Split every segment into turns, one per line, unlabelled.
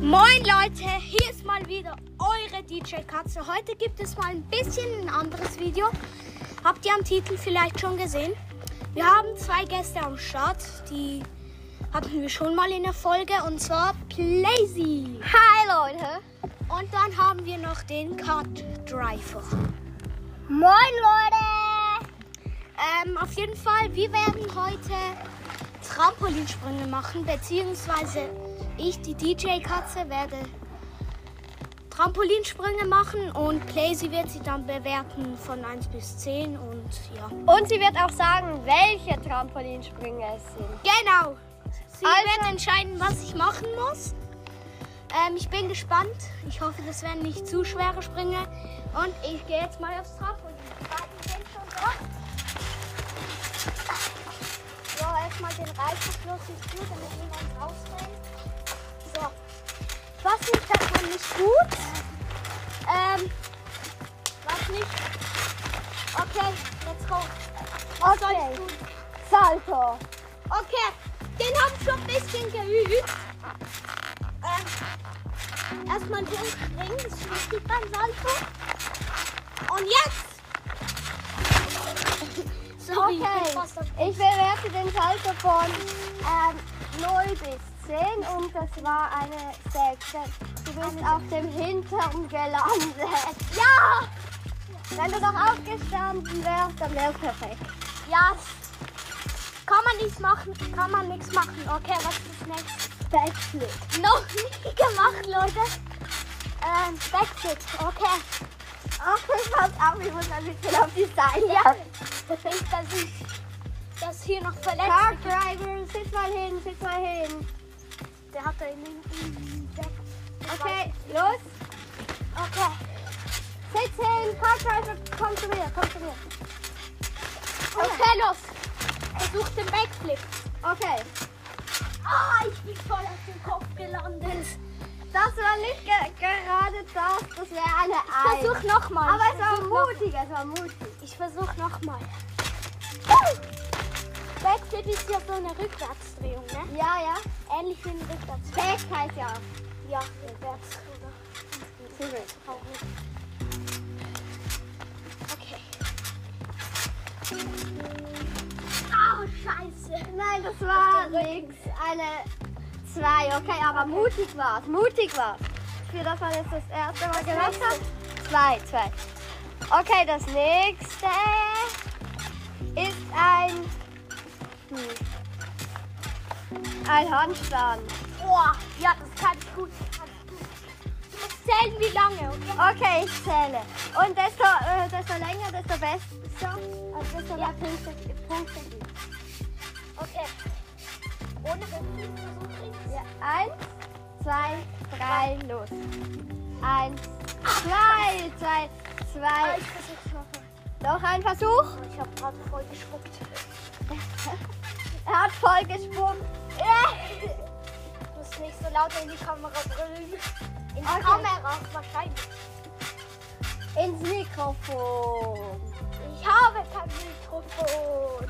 Leute, hier ist mal wieder eure DJ Katze. Heute gibt es mal ein bisschen ein anderes Video. Habt ihr am Titel vielleicht schon gesehen? Wir haben zwei Gäste am Start, die hatten wir schon mal in der Folge und zwar Plazy.
Hi Leute.
Und dann haben wir noch den Kart Driver.
Moin Leute.
Ähm, auf jeden Fall, wir werden heute Trampolinsprünge machen, beziehungsweise ich, die DJ-Katze, werde Trampolinsprünge machen und Plazy wird sie dann bewerten von 1 bis 10 und ja.
Und sie wird auch sagen, welche Trampolinsprünge es sind.
Genau! Sie
Also-
wird entscheiden, was ich machen muss. Ähm, ich bin gespannt. Ich hoffe, das werden nicht zu schwere Sprünge. Und ich gehe jetzt mal aufs Trampolin. Die beiden sind schon dort. So, erstmal den Reißverschluss nicht zu, damit niemand rausfällt. So. Was nicht davon nicht gut. Ähm, was nicht. Okay, let's go. Was soll ich
Okay.
tun?
Salto.
Okay, den habe ich schon ein bisschen geübt. Ähm, erstmal hochspringen, das ist wichtig beim Salto. Und jetzt! Sorry, ich bin fast auf
Okay. Ich bewerte den Salto von ähm, 0 bis 10 und das war eine 6. Du bist auf dem hinteren gelandet.
Ja!
Wenn du doch aufgestanden wärst, dann wär's perfekt.
Ja! Kann man nichts machen, kann man nichts machen. Okay, was ist das nächste?
Backflip.
Noch nie gemacht, Leute. Ähm, Backflip, okay.
Ach, ich pass auf, ich muss ein bisschen auf die Seite.
Ja. Nicht, dass ich das hier noch verletzt
Car Driver, sit mal hin, sit mal hin.
Der hat da in den Deck.
Okay, los.
Okay.
Sit hin, Car Driver, komm zu mir, komm zu mir.
Okay, los. Versuch den Backflip.
Okay,
Ah, ich bin voll auf den Kopf gelandet.
das war nicht ge gerade das, das wäre eine Eins.
Versuch nochmal.
Aber es war mutig, es war mutig.
Ich versuch nochmal. Uh! Backflip ist ja so eine Rückwärtsdrehung, ne?
Ja, ja.
Ähnlich wie ein Rückwärts.
Back heißt ja auch
Ja, rückwärts. Oder?
zurück.
auch nicht. Okay. Ah, scheiße.
Nein, das war links eine zwei. Okay, aber mutig war's, mutig war's. Für das man jetzt das erste Mal gemacht hat. Zwei, zwei. Okay, das nächste ist ein hm, ein Handstand.
Boah, ja, das kann ich gut. Das kann ich gut. Ich muss zählen, wie lange, okay?
Okay, ich zähle. Und desto, äh, desto länger, desto besser. Also desto mehr Punkte, Punkte gibt.
Okay. Ohne Versuch kriegst
Ja, eins, zwei, drei, los. Eins, zwei, zwei, zwei.
Ah, Ich versuch's nochmal.
Noch ein Versuch.
Ich hab gerade voll gespuckt.
Er hat voll gesprungen.
Ich muss nicht so laut in die Kamera brüllen. In die
Okay.
Kamera, wahrscheinlich.
Ins Mikrofon.
Ich habe kein Mikrofon.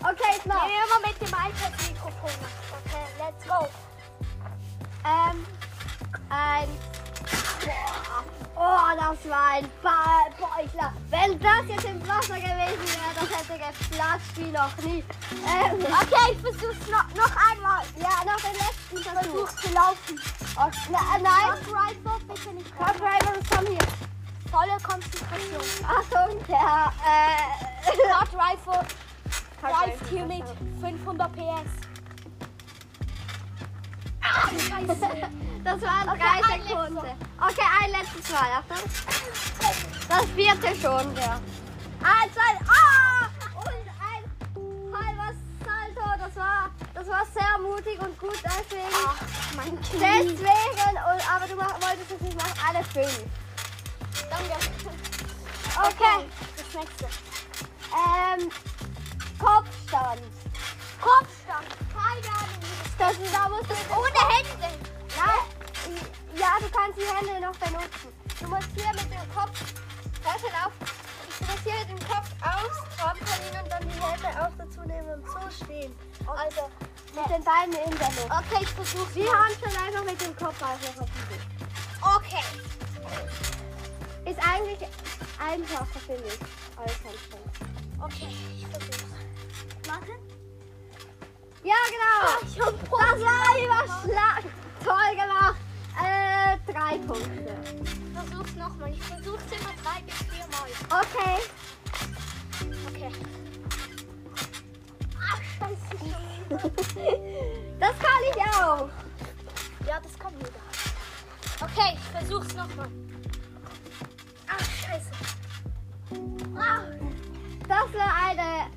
Okay, ich mach.
Nee, immer mit dem iPad-Mikrofon. Okay, let's go.
Ähm, ein. Boah, das war ein Ball. Beuchler. Wenn das jetzt im Wasser gewesen wäre, das hätte geflatscht wie noch nie. Ähm,
Okay, ich versuch's noch, noch einmal.
ja, noch den letzten Versuch.
Versuch zu laufen.
Oh, na, nein.
Driver, bitte nicht.
Komm, Driver, komm hier.
Volle Konzentration.
Achtung, der, äh,
Hard Rifle
Drive
Drive hier
hier mit
mit 500 PS. Ah, scheiße.
das waren
Okay,
drei
ein
Sekunden. Okay, ein letztes Mal, Achtung. Das vierte schon, ja. Eins, ein, ah! Und ein halbes Salto, das war, das war sehr mutig und gut, deswegen.
Ach, mein Knie.
Deswegen, und, aber du mach, wolltest es nicht machen, Ah, alle fünf.
Danke.
Okay,
Das nächste.
ähm, Kopfstand.
Kopfstand. Keine Ahnung. wie
Das, da musst du
das- Ohne Hände.
Nein, ja, du kannst die Hände noch benutzen. Du musst hier mit dem Kopf, pass schon auf, du musst hier mit dem Kopf aufs Trampolin und dann die Hände auch dazu nehmen und so stehen. Also, Mit den Beinen in der Luft.
Okay, ich versuche.
Wir haben schon einfach mit dem Kopf einfacher versucht.
Okay.
Ist eigentlich einfacher, finde ich. Als Handstand.
Okay, ich versuche. Warte.
Ja, genau.
Ah, ich hab
Das war überschlag. Toll gemacht. Äh, drei Punkte.
Versuch's nochmal. Ich versuch's immer drei bis vier Mal.
Okay.
Okay. Ach, scheiße. schon wieder.
Ah, Das kann ich auch.
Ja, das kommt wieder. Okay, ich versuch's nochmal. Ach, scheiße. Ah,
Das war eine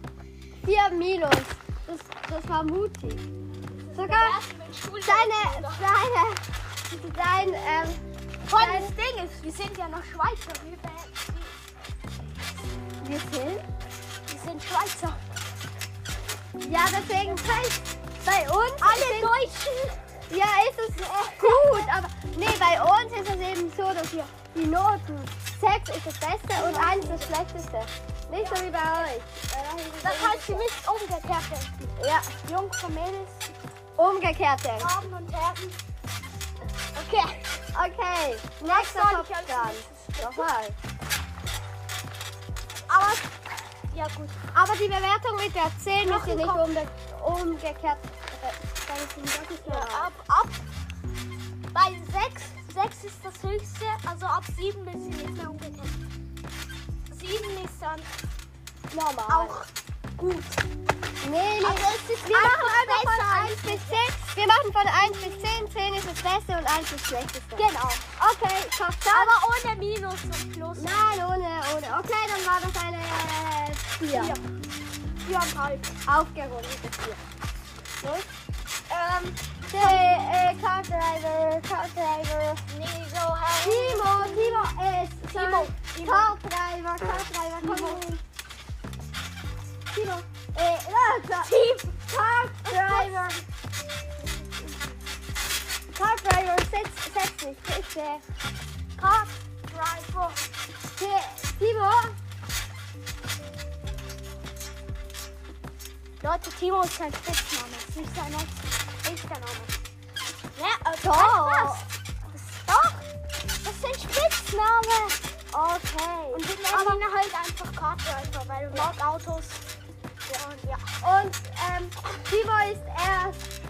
4 minus. Das, das war mutig. Sogar
erst mit Schule.
deine, deine, dein, ähm,
Voll das Ding ist, wir sind ja noch Schweizer. Wir, wir,
wir sind?
wir sind Schweizer.
Ja, deswegen fällt bei uns
Alle
sind-
Deutschen.
ja, ist es gut, aber nee, bei uns ist es eben so, dass wir die Noten 6 ist das Beste und 1 das Schlechteste. Nicht so wie bei euch.
Das heißt, ihr müsst umgekehrt denken.
Ja,
Jungs und Mädels,
umgekehrt denken.
Damen und Herren. Okay.
Okay, nächster
soll ich als
Kopfstand. Nochmal.
Aber, ja gut.
Aber die Bewertung mit der 10 müsst ihr nicht
Knochenkopf.
umge umgekehrt. denken. Das ist
Ja,
normal.
ab, ab. Bei 6, 6 ist das höchste, also ab 7 müssen wir nicht mehr umgekehrt. 7 ist dann
Normal.
auch gut.
Nee, nee.
Also es ist
wir machen einfach
einfach besser
von 1
als
bis 10. Wir machen von 1 bis 10. 10 ist das Beste und 1 das Schlechteste.
Genau.
Okay, Kopfstand.
Aber ohne Minus und Plus.
Nein, ohne, ohne. Okay, dann war das eine äh, 4.
Vier. Viereinhalb.
Aufgerundete 4.
Ähm,
Äh, äh, Car Driver, Car Driver.
nee, so, hey.
Timo, Timo, äh, sorry.
Timo, Timo.
Car Driver, Car Driver,
Timo.
komm hin. Timo, äh, da, da.
Team.
Car Driver. Car Driver, setz, setz dich, bitte.
Car Driver.
Hier, Timo,
Leute, Timo ist sein Spitzname, ist nicht sein echt- echter Name. Ja, äh,
Doch.
Was? Doch, das ist ein Spitzname.
Okay.
Und wir nennen ihn halt einfach Car Driver, weil ja. laut Autos. Ja, und ja.
Und ähm, Timo ist erst.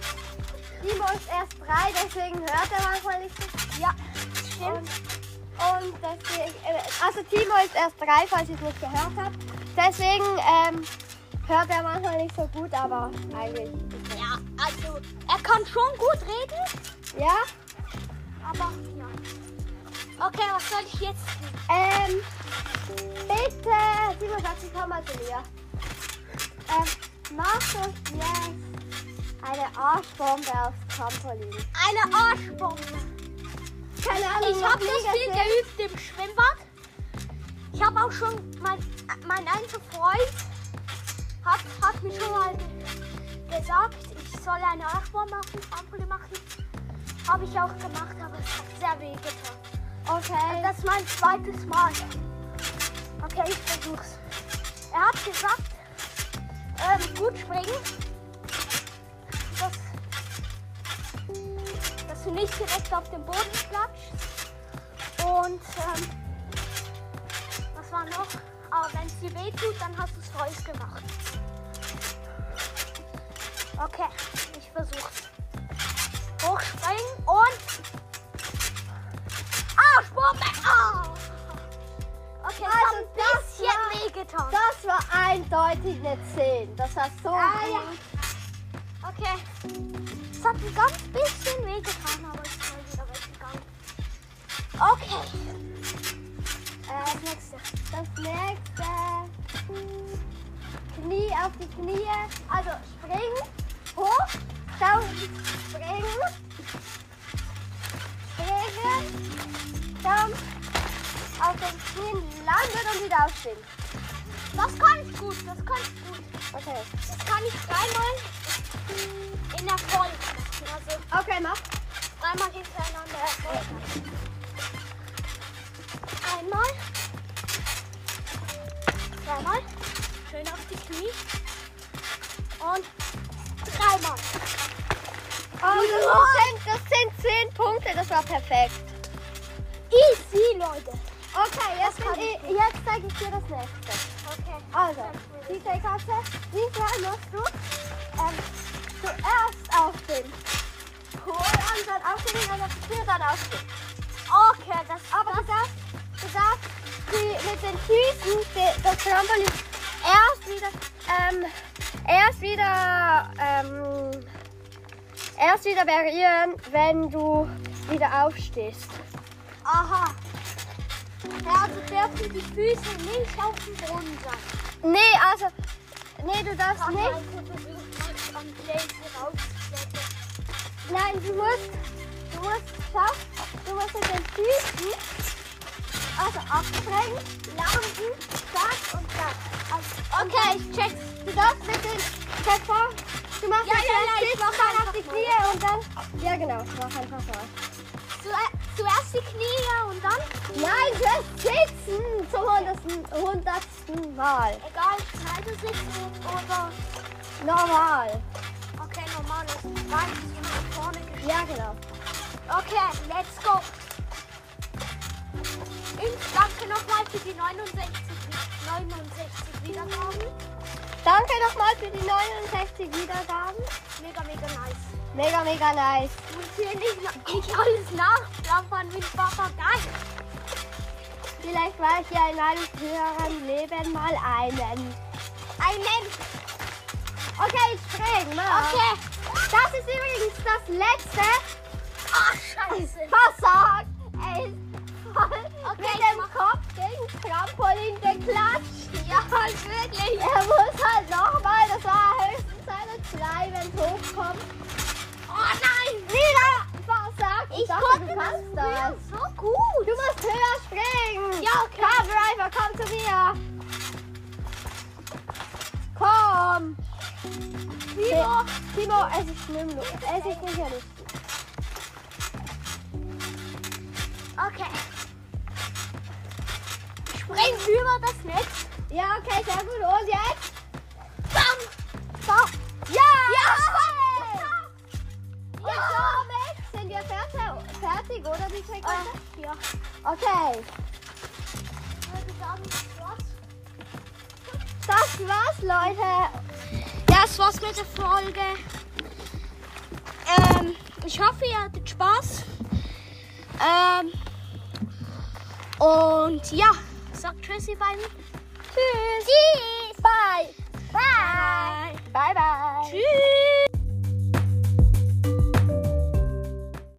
Timo ist erst drei, deswegen hört er manchmal nicht so.
Ja, stimmt.
Und deswegen. Äh, also Timo ist erst drei, falls ihr es nicht gehört habt. Deswegen ähm, hört er manchmal nicht so gut, aber eigentlich.
ja, also er kann schon gut reden,
Ja?
aber ja. Okay, was soll ich jetzt tun?
Ähm. Bitte! Timo sagt, sie komm mal zu mir. Ähm, mach doch jetzt eine Arschbombe aufs Trampolin.
Eine Arschbombe.
Keine Ahnung,
Ich
noch
habe
nie
das Bild
gesehen.
geübt im Schwimmbad. Ich habe auch schon, mein, mein einziger Freund hat, hat mir schon mal ge- gesagt, ich soll eine Arschbombe auf dem Trampolin machen. Habe ich auch gemacht, aber es hat sehr weh getan.
Okay.
Das ist mein zweites Mal. Okay, ich versuch's. Er hat gesagt, ähm, gut springen. Dass, dass du nicht direkt auf den Boden platschst. Und ähm, was war noch? Ah, wenn es dir weh tut, dann hast du es falsch gemacht. Okay, ich versuch's. Hochspringen und Arschbombe! Ah! Okay, das
Also
hat ein
das
bisschen
war-
wehgetan.
Das war eindeutig eine 10. Das war so
Ah,
gut.
ja. Okay. Es hat ein ganz bisschen wehgetan, aber ich bin wieder weggegangen. Okay. Äh,
Ähm,
Das nächste.
das nächste. Knie auf die Knie. Also springen. Hoch. Schau. Springen. Springen. Dann auf den Knien landen und wieder aufstehen.
Das kann ich gut, das kann ich gut.
Okay.
Das kann ich dreimal in der Folge machen. Also
Okay, mach.
dreimal hintereinander erfolgreich. Einmal. Zweimal. Schön auf die Knie. Und dreimal.
Oh, das sind, das sind 10 Punkte, das war perfekt.
Easy, Leute.
Okay, jetzt, bin ich, jetzt zeige ich dir das nächste.
Okay.
Also, diese Katze, diesmal musst du ähm, zuerst aufstehen. Hohl an, dann aufstehen und dann auf die Tür, dann aufstehen.
Okay, das
Aber du darfst, du darfst die, mit den Füßen die, das Trampolin erst wieder, ähm, erst wieder, ähm, erst wieder berühren, wenn du wieder aufstehst.
Aha. Ja, also dürfen die Füße nicht auf dem Boden sein.
Nee, also, nee, du darfst nicht. Also, Nein, du musst, du musst, schau, du musst mit den Füßen, also abdrängen, landen, das und das. Also, okay, ich check's. Du darfst mit den, check vor, du machst
Ja,
jetzt
ja, ja, ich
den
mach
Sitz,
einfach
dann auf die
mal.
Knie und dann, ja genau, mach einfach mal.
Zuerst die Knie und dann?
Nein, das Sitzen zum hundertsten, hundertsten Mal.
Egal, Seite sitzen oder.
Normal.
Okay, normal ist Nein, ich bin nach vorne gesch-
Ja, genau.
Okay, let's go. Ich danke nochmal für die 69, 69 Wiedergaben.
Danke nochmal für die 69 Wiedergaben.
Mega, mega nice.
Mega, mega nice.
Und hier nicht, nicht alles nachplappern wie ein Papagei.
Vielleicht war ich ja in meinem früheren Leben mal einen.
Einen.
Okay, ich spring mal.
Okay.
Das ist übrigens das letzte
Ah, scheiße.
Versorg. Er ist voll
Okay,
mit
ich
dem
mach-
Kopf gegen das Trampolin geklatscht.
Ja, wirklich.
Er muss halt nochmal, das war höchstens eine 2, wenn es hochkommt.
Oh nein.
Wieder Versorg.
Ich
dachte,
konnte
du
das
kannst
früher
das.
so gut.
Du musst höher springen.
Ja, okay.
Komm, Driver, komm zu mir. Komm.
Timo.
Timo, es ist schlimm. Es ist sicherlich.
Okay. Spring über das Netz.
Ja, okay, sehr gut. Und jetzt?
Bam.
Doch. Ja!
Ja!
Und somit sind wir fertig, fertig oder wie kriegt man das?
Äh, ja.
Okay,
Würde sagen, was?
das war's, Leute.
Das war's mit der Folge. Ähm, ich hoffe, ihr hattet Spaß. Ähm, und ja, sagt Tschüss, ihr beiden.
Tschüss. Tschüss. Bye.
Bye.
Bye, bye.
Tschüss.